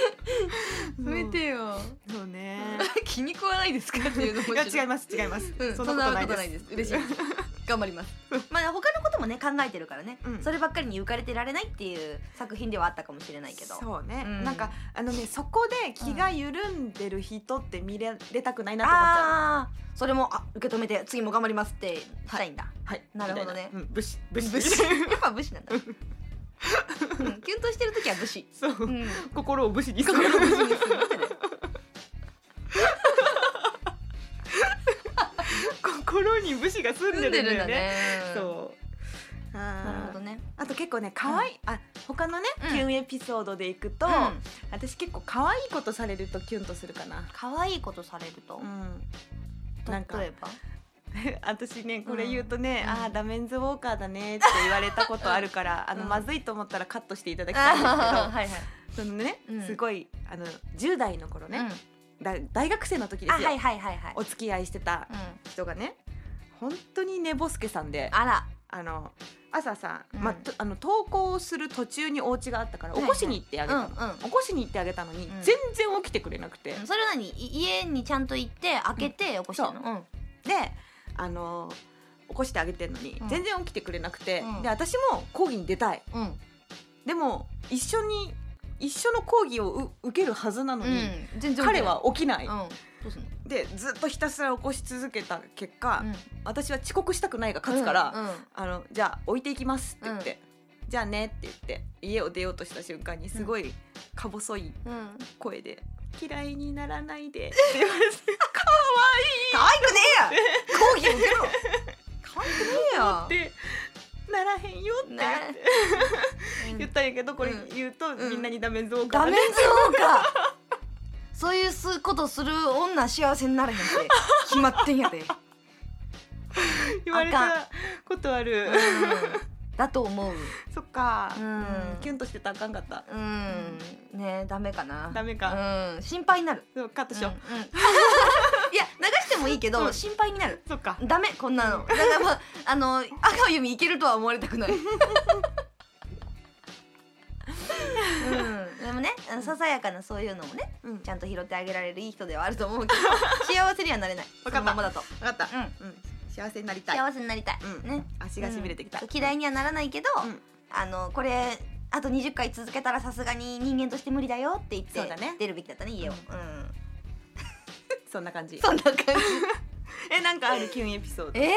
Speaker 1: めてよ。
Speaker 2: そう。そうね。
Speaker 1: <laughs> 気に食わないですかって <laughs> いうのも
Speaker 2: いや違い
Speaker 1: ま
Speaker 2: ます違います。
Speaker 1: うん、そん
Speaker 2: こ
Speaker 1: な
Speaker 2: と
Speaker 1: ことないです。嬉しい。頑張ります。 <laughs> まあ他のこともね考えてるからね、
Speaker 2: うん
Speaker 1: そればっかりに浮かれてられないっていう作品ではあったかもしれないけど。
Speaker 2: そうね、
Speaker 1: うん
Speaker 2: なんかあのねそこで気が緩んでる人って見れれたくないなって思っちゃう。
Speaker 1: ああ、それもあ受け止めて次も頑張りますってしたいんだ。
Speaker 2: はい、
Speaker 1: なるほどね
Speaker 2: みたいなうん、武士武士
Speaker 1: 武 <laughs> 士。やっぱ武士なんだ。うん、キュンとしてる時は武士。
Speaker 2: そう、
Speaker 1: うん。
Speaker 2: 心を武士にする
Speaker 1: 心の武士ですね。
Speaker 2: 心に武士が住ん
Speaker 1: 住
Speaker 2: で
Speaker 1: んで
Speaker 2: るん
Speaker 1: るん
Speaker 2: だよ
Speaker 1: だ
Speaker 2: ね。
Speaker 1: ね。
Speaker 2: そう。
Speaker 1: なる
Speaker 2: な
Speaker 1: ほどね。
Speaker 2: あと結構ね可愛い、あ他のね、
Speaker 1: うん
Speaker 2: キュンエピソードでいくと、
Speaker 1: うん
Speaker 2: 私結構可愛いことされるとキュンとするかな。
Speaker 1: 可愛いことされると、
Speaker 2: うん。なんか
Speaker 1: 例えば。
Speaker 2: <laughs> 私ねこれ言うとね、
Speaker 1: うん
Speaker 2: ああダメンズウォーカーだねって言われたことあるから、あの
Speaker 1: うん
Speaker 2: まずいと思ったらカットしていただきたいんですけど、
Speaker 1: あーはいはい <laughs>
Speaker 2: そのね、
Speaker 1: うん
Speaker 2: すごいあの10代の頃
Speaker 1: う
Speaker 2: ね、
Speaker 1: ん
Speaker 2: だ大学生の時で
Speaker 1: あ
Speaker 2: すよ、
Speaker 1: はいはいはいはい
Speaker 2: お付き合いしてた
Speaker 1: うん
Speaker 2: 人がね本当に寝ぼすけさんであ
Speaker 1: あら
Speaker 2: の朝さ、
Speaker 1: うん
Speaker 2: まあとあの登校する途中にお家があったから
Speaker 1: はいは
Speaker 2: 起
Speaker 1: い
Speaker 2: こしに行ってあげたの、
Speaker 1: うんうん
Speaker 2: 起こしに行ってあげたのに、
Speaker 1: ん
Speaker 2: 全然起きてくれなくて、
Speaker 1: それは何い家にちゃんと行って開けて起こしてんのうん
Speaker 2: であの起こしてあげてんのに、
Speaker 1: うん
Speaker 2: 全然起きてくれなくて、
Speaker 1: うん
Speaker 2: で私も講義に出たい
Speaker 1: うん
Speaker 2: でも一緒に一緒の講義をう受けるはずなの
Speaker 1: う
Speaker 2: に、
Speaker 1: ん全然
Speaker 2: 彼は起きな
Speaker 1: う
Speaker 2: い、
Speaker 1: んどうすんの
Speaker 2: でずっとひたすら起こし続けた結果、
Speaker 1: うん
Speaker 2: 私は遅刻したくないが勝つから、
Speaker 1: うんうん
Speaker 2: あのじゃあ置いていきますって言って、じゃあねって言って家を出ようとした瞬間にすごいか細い
Speaker 1: うん
Speaker 2: 声で「嫌いにならないで」って言われて「かわ
Speaker 1: 可愛くねえ <laughs> や講義受けろ可愛くね
Speaker 2: ってならへんよ」って言
Speaker 1: な
Speaker 2: って
Speaker 1: えよ
Speaker 2: 言ったんやけどこれ
Speaker 1: うん
Speaker 2: 言うと
Speaker 1: うん
Speaker 2: みんなにダメンズウォーカ
Speaker 1: ダ
Speaker 2: ー
Speaker 1: メ
Speaker 2: で
Speaker 1: ンズウォーカーそういうすことする女幸せになれへんって決まってんやで、うん、
Speaker 2: <laughs> 言われたことある。
Speaker 1: だと思う
Speaker 2: そっか、
Speaker 1: うん
Speaker 2: うんキュンとしてたらあかんかった。
Speaker 1: うんねダメかな
Speaker 2: ダメか
Speaker 1: うん心配になる
Speaker 2: そうカットしよ
Speaker 1: う
Speaker 2: う。
Speaker 1: んうん <laughs> いや流してもいいけど、
Speaker 2: うん
Speaker 1: 心配になる
Speaker 2: そっか。
Speaker 1: ダメこんな <laughs> のだからまああの赤い弓いけるとは思われたくないうんでもねあのささやかなそういうのもね
Speaker 2: うん、
Speaker 1: ち
Speaker 2: じゃ
Speaker 1: ゃんと拾ってあげられるいい人ではあると思うけど
Speaker 2: <laughs>
Speaker 1: 幸せにはなれない
Speaker 2: わ
Speaker 1: そ
Speaker 2: か
Speaker 1: の
Speaker 2: っ
Speaker 1: ま
Speaker 2: た
Speaker 1: まだと
Speaker 2: あ分かった。
Speaker 1: うん
Speaker 2: うん、幸せになりたい。
Speaker 1: 幸せになりたい、
Speaker 2: うん
Speaker 1: ね
Speaker 2: 足がしびれてきた。
Speaker 1: うん嫌いにはならないけど、
Speaker 2: うん
Speaker 1: あのこれあと20回続けたらさすがに人間として無理だよって言って
Speaker 2: そうだね
Speaker 1: 出るべきだったね家を、
Speaker 2: うん
Speaker 1: うん
Speaker 2: そんな感じ。
Speaker 1: そんな感じ
Speaker 2: えなんかあるキュンエピソード。
Speaker 1: え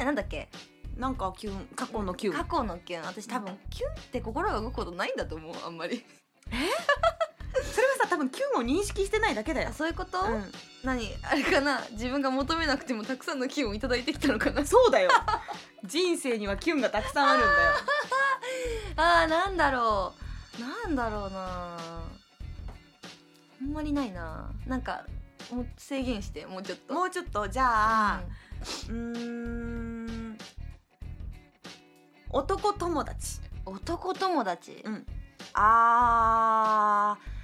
Speaker 1: ー、なんだっけ
Speaker 2: なんかキュン過去のキュン。
Speaker 1: 過去のキュン私多分キュンって心が動くことないんだと思うあんまり
Speaker 2: それはさ多分キュンを認識してないだけだよ
Speaker 1: あ。そういうこと、
Speaker 2: うん、
Speaker 1: 何あれかな自分が求めなくてもたくさんのキュンをいただいてきたのか <laughs> な
Speaker 2: そうだよ。人生にはキュンがたくさんある
Speaker 1: <laughs>
Speaker 2: んだよ。
Speaker 1: あーなんだろうなんだろうなあんまりないななんかもう制限してもうちょっと
Speaker 2: も
Speaker 1: う
Speaker 2: うちょっとじゃあ
Speaker 1: ん、
Speaker 2: うーん男友達。
Speaker 1: 男友達、
Speaker 2: うん。
Speaker 1: あー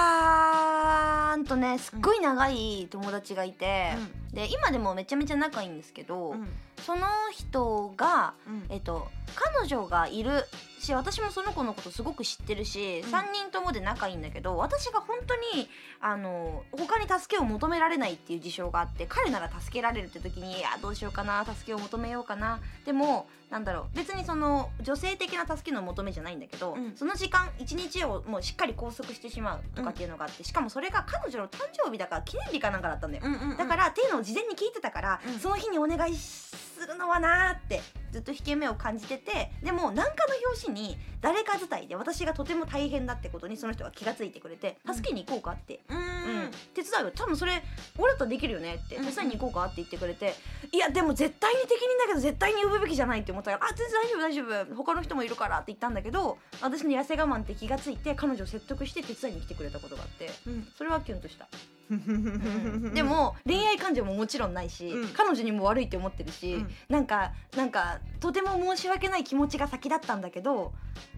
Speaker 1: あーんとねすっごい長い友達がいて、で今でもめちゃめちゃ仲いいんですけど、
Speaker 2: うん。
Speaker 1: その人が
Speaker 2: うん。
Speaker 1: えっと彼女がいるし私もその子のことすごく知ってるし、
Speaker 2: うん
Speaker 1: 3人ともで仲いいんだけど私が本当にあの他に助けを求められないっていう事象があって彼なら助けられるって時にいやどうしようかな助けを求めようかなでもなんだろう別にその女性的な助けの求めじゃないんだけど、
Speaker 2: うん
Speaker 1: その時間一日をもうしっかり拘束してしまうとかっていうのがあって、しかもそれが彼女の誕生日だから記念日かなんかだったんだよ。
Speaker 2: うんうんうん
Speaker 1: だからっていうのを事前に聞いてたから、
Speaker 2: うん
Speaker 1: その日にお願いするのはなーってずっと引け目を感じててでも何かの拍子に誰か伝いで私がとても大変だってことにその人が気がついてくれて
Speaker 2: うん
Speaker 1: 助けに行こうかって。
Speaker 2: う
Speaker 1: うん
Speaker 2: ん。
Speaker 1: 手伝うよ多分それ俺だったらできるよねって
Speaker 2: うん
Speaker 1: 手伝いに行こうかって言ってくれて、いやでも絶対に適任だけど絶対に呼ぶべきじゃないって思ったからあ全然大丈夫大丈夫他の人もいるからって言ったんだけど私の痩せ我慢って気がついて彼女を説得して手伝いに来てくれたことがあって
Speaker 2: うん
Speaker 1: それはキュンとした。
Speaker 2: うん
Speaker 1: で、も恋愛感情ももちろんないし、
Speaker 2: うん
Speaker 1: 彼女にも悪いって思ってるし、
Speaker 2: うん
Speaker 1: なんかなんかとても申し訳ない気持ちが先だったんだけど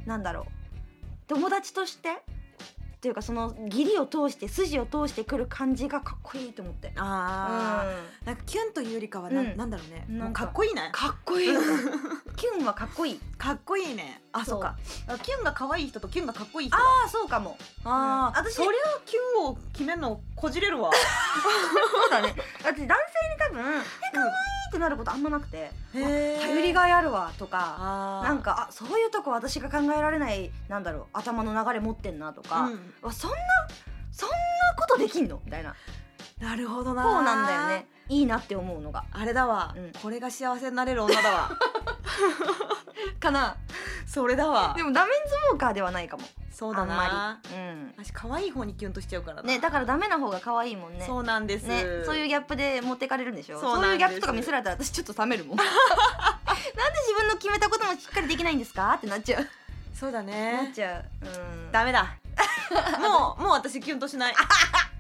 Speaker 1: なんだろう友達としてというかその義理を通して筋を通してくる感じがかっこいいと思って。
Speaker 2: ああ、
Speaker 1: う
Speaker 2: なんかキュンというよりかはな,、
Speaker 1: うん
Speaker 2: ん、なんだろうね。
Speaker 1: なんか
Speaker 2: もうかっこいいね
Speaker 1: ん。かっ <laughs> こいいキュンはかっこいい
Speaker 2: かっこいいね。あ、
Speaker 1: そ
Speaker 2: そううか。あキュンが可愛い人とキュンがかっこいい人。
Speaker 1: ああそうかも
Speaker 2: あー
Speaker 1: うん私
Speaker 2: そりゃキュンを決めるのこじれるわ。
Speaker 1: そうだねだって男性に多分「え可愛いってなることあんまなくて「
Speaker 2: へー
Speaker 1: 頼りがいあるわ」とか
Speaker 2: あー
Speaker 1: なんかあそういうとこ私が考えられないなんだろう頭の流れ持ってんなとか、
Speaker 2: うん
Speaker 1: わそんなそんなことできんのみたいな
Speaker 2: なるほどな。
Speaker 1: こうなんだよね。いいなって思うのが
Speaker 2: あれだわ、
Speaker 1: うん
Speaker 2: これが幸せになれる女だ <laughs> わ。
Speaker 1: かな
Speaker 2: それだわ
Speaker 1: で。もダメンズウォーカーではないかも
Speaker 2: そう
Speaker 1: あ
Speaker 2: だ
Speaker 1: ん
Speaker 2: な
Speaker 1: ま。り、うん
Speaker 2: 私可愛い方にキュンとしちゃうからな。
Speaker 1: ね、だからダメな方が可愛いもんね
Speaker 2: そうなんです。
Speaker 1: ね、そういうギャップで持ってかれるんでしょ
Speaker 2: そう
Speaker 1: そう
Speaker 2: なんです
Speaker 1: いうギャップとか見せられたら私ちょっと冷める
Speaker 2: <laughs>
Speaker 1: もんなんで自分の決めたこともしっかりできないんですかってなっちゃう
Speaker 2: そうだ
Speaker 1: なっ
Speaker 2: ね。
Speaker 1: ちゃううん
Speaker 2: ダメだ。 <laughs> もうもう私キュンとしない。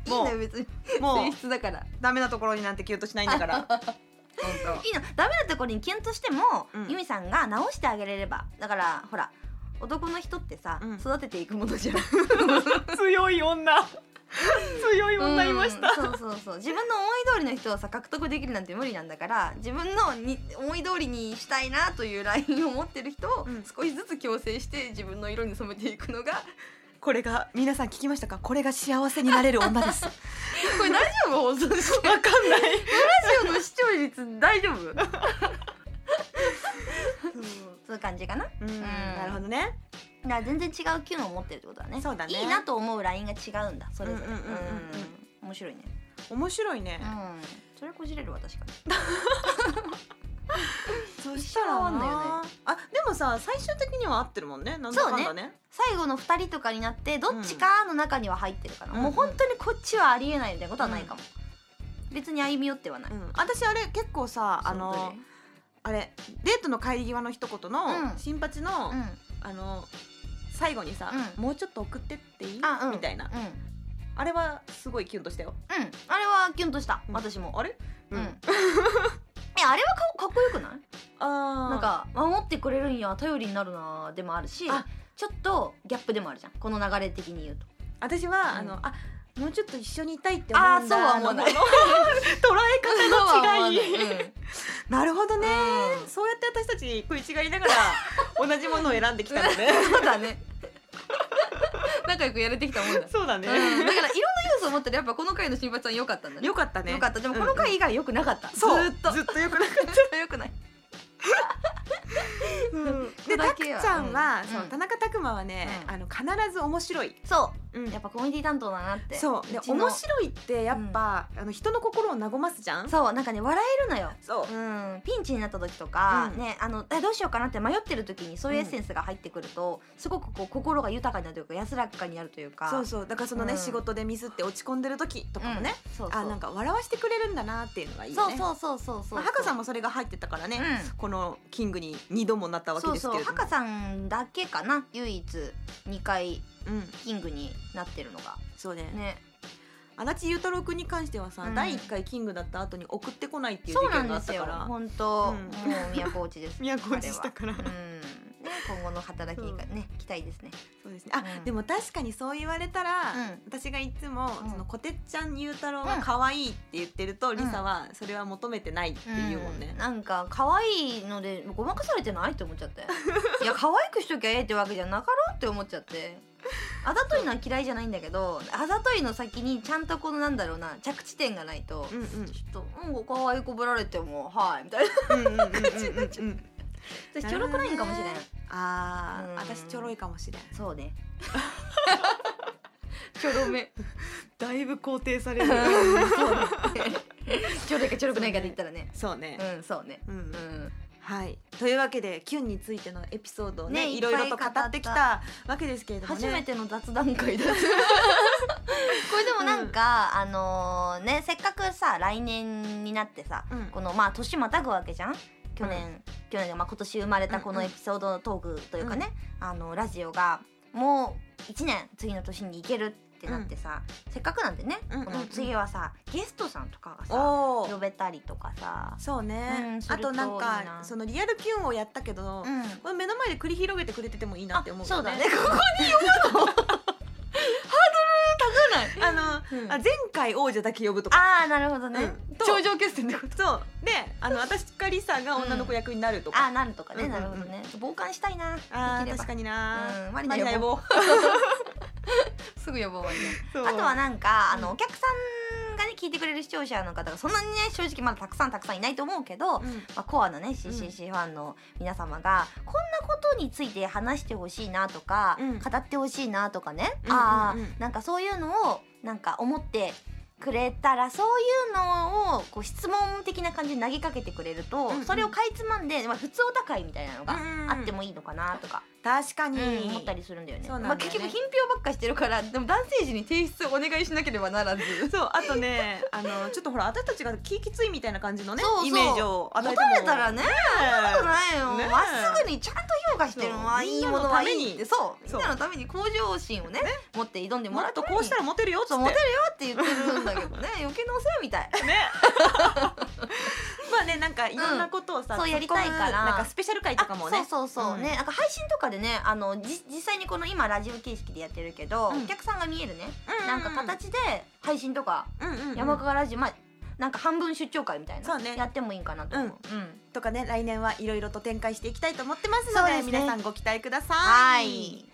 Speaker 1: いいん
Speaker 2: も
Speaker 1: だよ別に
Speaker 2: うも
Speaker 1: 性
Speaker 2: う
Speaker 1: 質だから <laughs>
Speaker 2: ダメなところになんてキュンとしないんだから。本
Speaker 1: いいのダメなところにキュンとしても、
Speaker 2: うん
Speaker 1: ユミさんが直してあげれればだからほら男の人ってさ、
Speaker 2: うん
Speaker 1: 育てていくもの <laughs> じゃん
Speaker 2: 当強い女強い女いました、
Speaker 1: うんそうそうそう自分の思い通りの人をさ獲得できるなんて無理なんだから自分のに思い通りにしたいなというラインを持ってる人を
Speaker 2: うん
Speaker 1: 少しずつ矯正して自分の色に染めていくのが
Speaker 2: これが皆さん聞きましたかこれが幸せになれる女ですわ
Speaker 1: <laughs> これラジオの放送 <laughs> しラ
Speaker 2: かんない
Speaker 1: ジオの視聴率大丈夫 <laughs> そういう感じかな
Speaker 2: うん、
Speaker 1: ん
Speaker 2: なるほどね
Speaker 1: だから全然違うキュンを持ってるってことだね
Speaker 2: そうだね
Speaker 1: いいなと思うラインが違うんだそれぞれ
Speaker 2: うんうんうんうんう
Speaker 1: う
Speaker 2: ん
Speaker 1: ん面白いね
Speaker 2: 面白いね
Speaker 1: う、んそれこじれるわ確かに
Speaker 2: そ
Speaker 1: 一緒は合わんのよ
Speaker 2: あでもさ最終的には合ってるもんねなんだかんだね
Speaker 1: 最後の2人とかになってどっちかの中には入ってるから、
Speaker 2: うん
Speaker 1: もう本当にこっちはありえないみたいなことはないかも、別に歩み寄ってはない、
Speaker 2: うん、私あれ結構さあのあれデートの帰り際の一言の、
Speaker 1: うん
Speaker 2: 新八の、
Speaker 1: うん
Speaker 2: あの最後にさ、
Speaker 1: うん
Speaker 2: もうちょっと送ってっていい、
Speaker 1: あうん
Speaker 2: みたいな
Speaker 1: うん、うん、
Speaker 2: あれはすごいキュンとしたよ
Speaker 1: あれはキュンとした、
Speaker 2: うん
Speaker 1: 私も
Speaker 2: あれ
Speaker 1: うんえあれはかかっこよくない
Speaker 2: あー
Speaker 1: なんか守ってくれるんや頼りになるなでもあるし
Speaker 2: あ
Speaker 1: ちょっとギャップでもあるじゃんこの流れ的に言うと
Speaker 2: 私は、
Speaker 1: うん
Speaker 2: あのあもうちょっと一緒にいたいって思
Speaker 1: あ
Speaker 2: うんだ
Speaker 1: ーそうは思わない
Speaker 2: あの捉
Speaker 1: <laughs>
Speaker 2: え方の違い <laughs> なるほどね、
Speaker 1: うん
Speaker 2: そうやって私たち食い違いな
Speaker 1: <laughs>
Speaker 2: がら同じものを選んできたのね
Speaker 1: そうだね仲良くやれてきたもんだ
Speaker 2: そうだね、
Speaker 1: うんだからいろんな要素を持ってるやっぱこの回の新八さん良かったんだね。
Speaker 2: よかったね
Speaker 1: 良かった。でもこの回以外良くなかった。
Speaker 2: そう
Speaker 1: ずーっと。
Speaker 2: ずっとよくなかっ
Speaker 1: ずっと良くない。
Speaker 2: た、
Speaker 1: れ
Speaker 2: で
Speaker 1: だ
Speaker 2: た
Speaker 1: けは
Speaker 2: くちゃんは、
Speaker 1: うん
Speaker 2: そう田中拓磨はね、
Speaker 1: うん
Speaker 2: あの必ず面白い、
Speaker 1: そ
Speaker 2: うん
Speaker 1: う。やっぱコミュニティ担当だなって。
Speaker 2: そうで
Speaker 1: ちの
Speaker 2: 面白いってやっぱ、あの人の心を和ますじゃん
Speaker 1: そうなんかね笑えるのよ。
Speaker 2: そう
Speaker 1: うん、ピンチになった時とか、
Speaker 2: うん
Speaker 1: ねあのえどうしようかなって迷ってる時にそういうエッセンスが入ってくると、すごくこう心が豊かになるというか安らかになるというか
Speaker 2: そうそうだからそのね、
Speaker 1: うん
Speaker 2: 仕事でミスって落ち込んでる時とかもね、
Speaker 1: うんそうそう
Speaker 2: あなんか笑わしてくれるんだなっていうのがいいよ
Speaker 1: そう
Speaker 2: ね
Speaker 1: そうそうそうそう、
Speaker 2: まあ、ハカさんもそれが入ってたからね、
Speaker 1: う
Speaker 2: このキングに二度もなったわけ
Speaker 1: そう
Speaker 2: ですけ
Speaker 1: そ
Speaker 2: れ
Speaker 1: う
Speaker 2: ど
Speaker 1: ハ
Speaker 2: も
Speaker 1: カさんだけかな唯一2回
Speaker 2: うん、
Speaker 1: キングになってるのが
Speaker 2: そうね
Speaker 1: ね
Speaker 2: 足立裕太郎君に関してはさ、
Speaker 1: うん
Speaker 2: 第一回キングだった後に送ってこないっていう
Speaker 1: そう
Speaker 2: 事
Speaker 1: な
Speaker 2: 件
Speaker 1: ん
Speaker 2: があ
Speaker 1: で
Speaker 2: っ
Speaker 1: す
Speaker 2: た
Speaker 1: よ
Speaker 2: から
Speaker 1: 本当、
Speaker 2: うん
Speaker 1: もう都落ち
Speaker 2: <laughs>
Speaker 1: です
Speaker 2: 都落ちしたから
Speaker 1: 彼はうんね今後の働きがね期待ですね
Speaker 2: そうですねあ、
Speaker 1: うん
Speaker 2: でも確かにそう言われたら、
Speaker 1: うん
Speaker 2: 私がいつも、
Speaker 1: うん
Speaker 2: そのこてっちゃん裕太郎が可愛いって言ってると、リサはそれは求めてないっていうもんね
Speaker 1: ん、、なんか可愛いのでごまかされてないって思っちゃ
Speaker 2: <laughs>
Speaker 1: っていや可愛くしときゃええってわけじゃなかろうって思っちゃってあざといのは嫌いじゃないんだけどあざといの先にちゃんとこのなんだろうな着地点がないと、
Speaker 2: うんうんうん
Speaker 1: ちょっと「うん可愛いこぶられてもはい」みたいな
Speaker 2: うんうんうんうん
Speaker 1: 私ちょろくないんかもしれん
Speaker 2: なるほどねあー、
Speaker 1: うん
Speaker 2: 私ちょろいかもしれん
Speaker 1: そう <laughs> ねちょろ <laughs> め
Speaker 2: だいぶ肯定され <laughs>
Speaker 1: ちょろいかちょろくないかで言ったらね。
Speaker 2: そうね
Speaker 1: うん、そうね。
Speaker 2: うん、
Speaker 1: うん、
Speaker 2: はいというわけでキュンについてのエピソードをね
Speaker 1: ね
Speaker 2: いろいろと語
Speaker 1: いっぱい語った
Speaker 2: ってきたわけですけれどもね
Speaker 1: 初めての雑談会 <laughs> だ。これでもなんか、あのーね、せっかくさ、来年になってさ、
Speaker 2: うん
Speaker 1: このまあ年またぐわけじゃん。去年、去年がまあ今年生まれたこのエピソードトークというかね、あのラジオがもう1年次の年に行けるってなってさ、せっかくなんでね、
Speaker 2: うん
Speaker 1: こ
Speaker 2: うんう
Speaker 1: の
Speaker 2: ん
Speaker 1: 次はさゲストさんとかがさ
Speaker 2: お
Speaker 1: 呼
Speaker 2: ー
Speaker 1: べたりとかさ、
Speaker 2: そうね、
Speaker 1: うんす
Speaker 2: あ
Speaker 1: ると
Speaker 2: となんか
Speaker 1: いいな
Speaker 2: そのリアルキュンをやったけど、
Speaker 1: ん、
Speaker 2: これ目の前で繰り広げてくれててもいいなって思うよ、
Speaker 1: あ
Speaker 2: <laughs>
Speaker 1: そうだね。ここに呼ぶの。ハードル高ない。
Speaker 2: あの、
Speaker 1: うん
Speaker 2: あ前回王者だけ呼ぶとか
Speaker 1: ああ、なるほどね。
Speaker 2: うんと
Speaker 1: 上決戦ってこと。
Speaker 2: そうであの私かリサが女の子役になると
Speaker 1: あ
Speaker 2: か、
Speaker 1: あ、なるとかね、
Speaker 2: うん
Speaker 1: な
Speaker 2: うんうん
Speaker 1: るほどね。傍観したいな。で
Speaker 2: あー
Speaker 1: きれば
Speaker 2: 確かにな、
Speaker 1: うん、マ
Speaker 2: マ
Speaker 1: リ
Speaker 2: リ
Speaker 1: ナ呼
Speaker 2: ナ呼
Speaker 1: ぼ <laughs>
Speaker 2: ぼう
Speaker 1: う
Speaker 2: <laughs>
Speaker 1: すぐ呼ぼうマリ
Speaker 2: そう
Speaker 1: ナあとはなんか、あの
Speaker 2: うん
Speaker 1: お客さんがね聞いてくれる視聴者の方がそんなにね正直まだたくさんたくさんいないと思うけど、
Speaker 2: うん
Speaker 1: まあ、コアなね CCC ファンの皆様が、こんなことについて話してほしいなとか、
Speaker 2: うん
Speaker 1: 語ってほしいなとかね、
Speaker 2: うんうんうん
Speaker 1: ああなんかそういうのをなんか思ってくれたらそういうのをこう質問的な感じで投げかけてくれると、
Speaker 2: うんうん
Speaker 1: それをかいつまんで、まあ、普通お高いみたいなのが
Speaker 2: うんうん
Speaker 1: あってもいいのかなとか、
Speaker 2: 確か
Speaker 1: う
Speaker 2: に、
Speaker 1: ん思ったりするんだよね。
Speaker 2: そうなんだ
Speaker 1: まあ、
Speaker 2: よね
Speaker 1: 結局品評ばっかしてるからでも男性陣に提出をお願いしなければならず。
Speaker 2: そうあとねあのちょっとほら私たちが気きついみたいな感じのね
Speaker 1: そうそう
Speaker 2: イメージを与
Speaker 1: 求
Speaker 2: えても
Speaker 1: めたらねそんなことないよ
Speaker 2: ねえ
Speaker 1: まっすぐにちゃんと評価してるのは
Speaker 2: そう
Speaker 1: いいものはいいってそうみん
Speaker 2: そう
Speaker 1: なのために向上心をね持って挑んでも
Speaker 2: も
Speaker 1: ら
Speaker 2: っ
Speaker 1: った
Speaker 2: と
Speaker 1: めに
Speaker 2: こうしたらモテるよっつって
Speaker 1: そうモテるよって言ってるんだけどね余計なお世話みたい
Speaker 2: まあねなんかいろんなことをさ、
Speaker 1: うんそうやりたいから
Speaker 2: 突っ込むなんかスペシャル回とかもね
Speaker 1: あそうそうそう、
Speaker 2: うん
Speaker 1: ねなんか配信とかでねあのじ実際にこの今ラジオ形式でやってるけど、
Speaker 2: うん
Speaker 1: お客さんが見えるね、
Speaker 2: うん
Speaker 1: なんか形で配信とか、
Speaker 2: うんうんうん
Speaker 1: 山川ラジオまあなんか半分出張会みたいな、
Speaker 2: そうね
Speaker 1: やってもいいかなと思う、うん
Speaker 2: とかね来年はいろいろと展開していきたいと思ってますの
Speaker 1: そう
Speaker 2: で
Speaker 1: ですね
Speaker 2: 皆さんご期待くださ。
Speaker 1: はいい。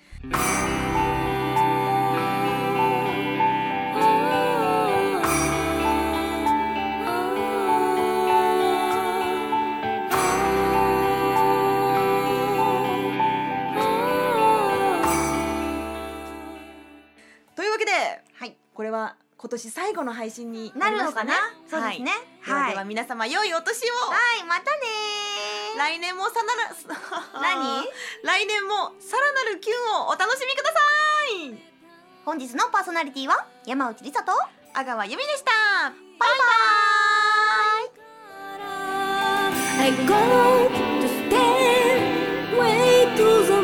Speaker 2: というわけで
Speaker 1: はい。
Speaker 2: これは今年最後の配信に
Speaker 1: な
Speaker 2: なり
Speaker 1: る
Speaker 2: ま
Speaker 1: の
Speaker 2: す
Speaker 1: かな。そうですね。
Speaker 2: は
Speaker 1: はい。
Speaker 2: い、ではでは
Speaker 1: はい、
Speaker 2: 皆様良いお年を。
Speaker 1: またねー。
Speaker 2: 来年もさなら <laughs>
Speaker 1: 何？
Speaker 2: 来年もさらなるキュンをお楽しみください
Speaker 1: 本日のパーソナリティは山内梨沙と
Speaker 2: 阿川由美でした
Speaker 1: バイバイ。
Speaker 3: I got to stand way to the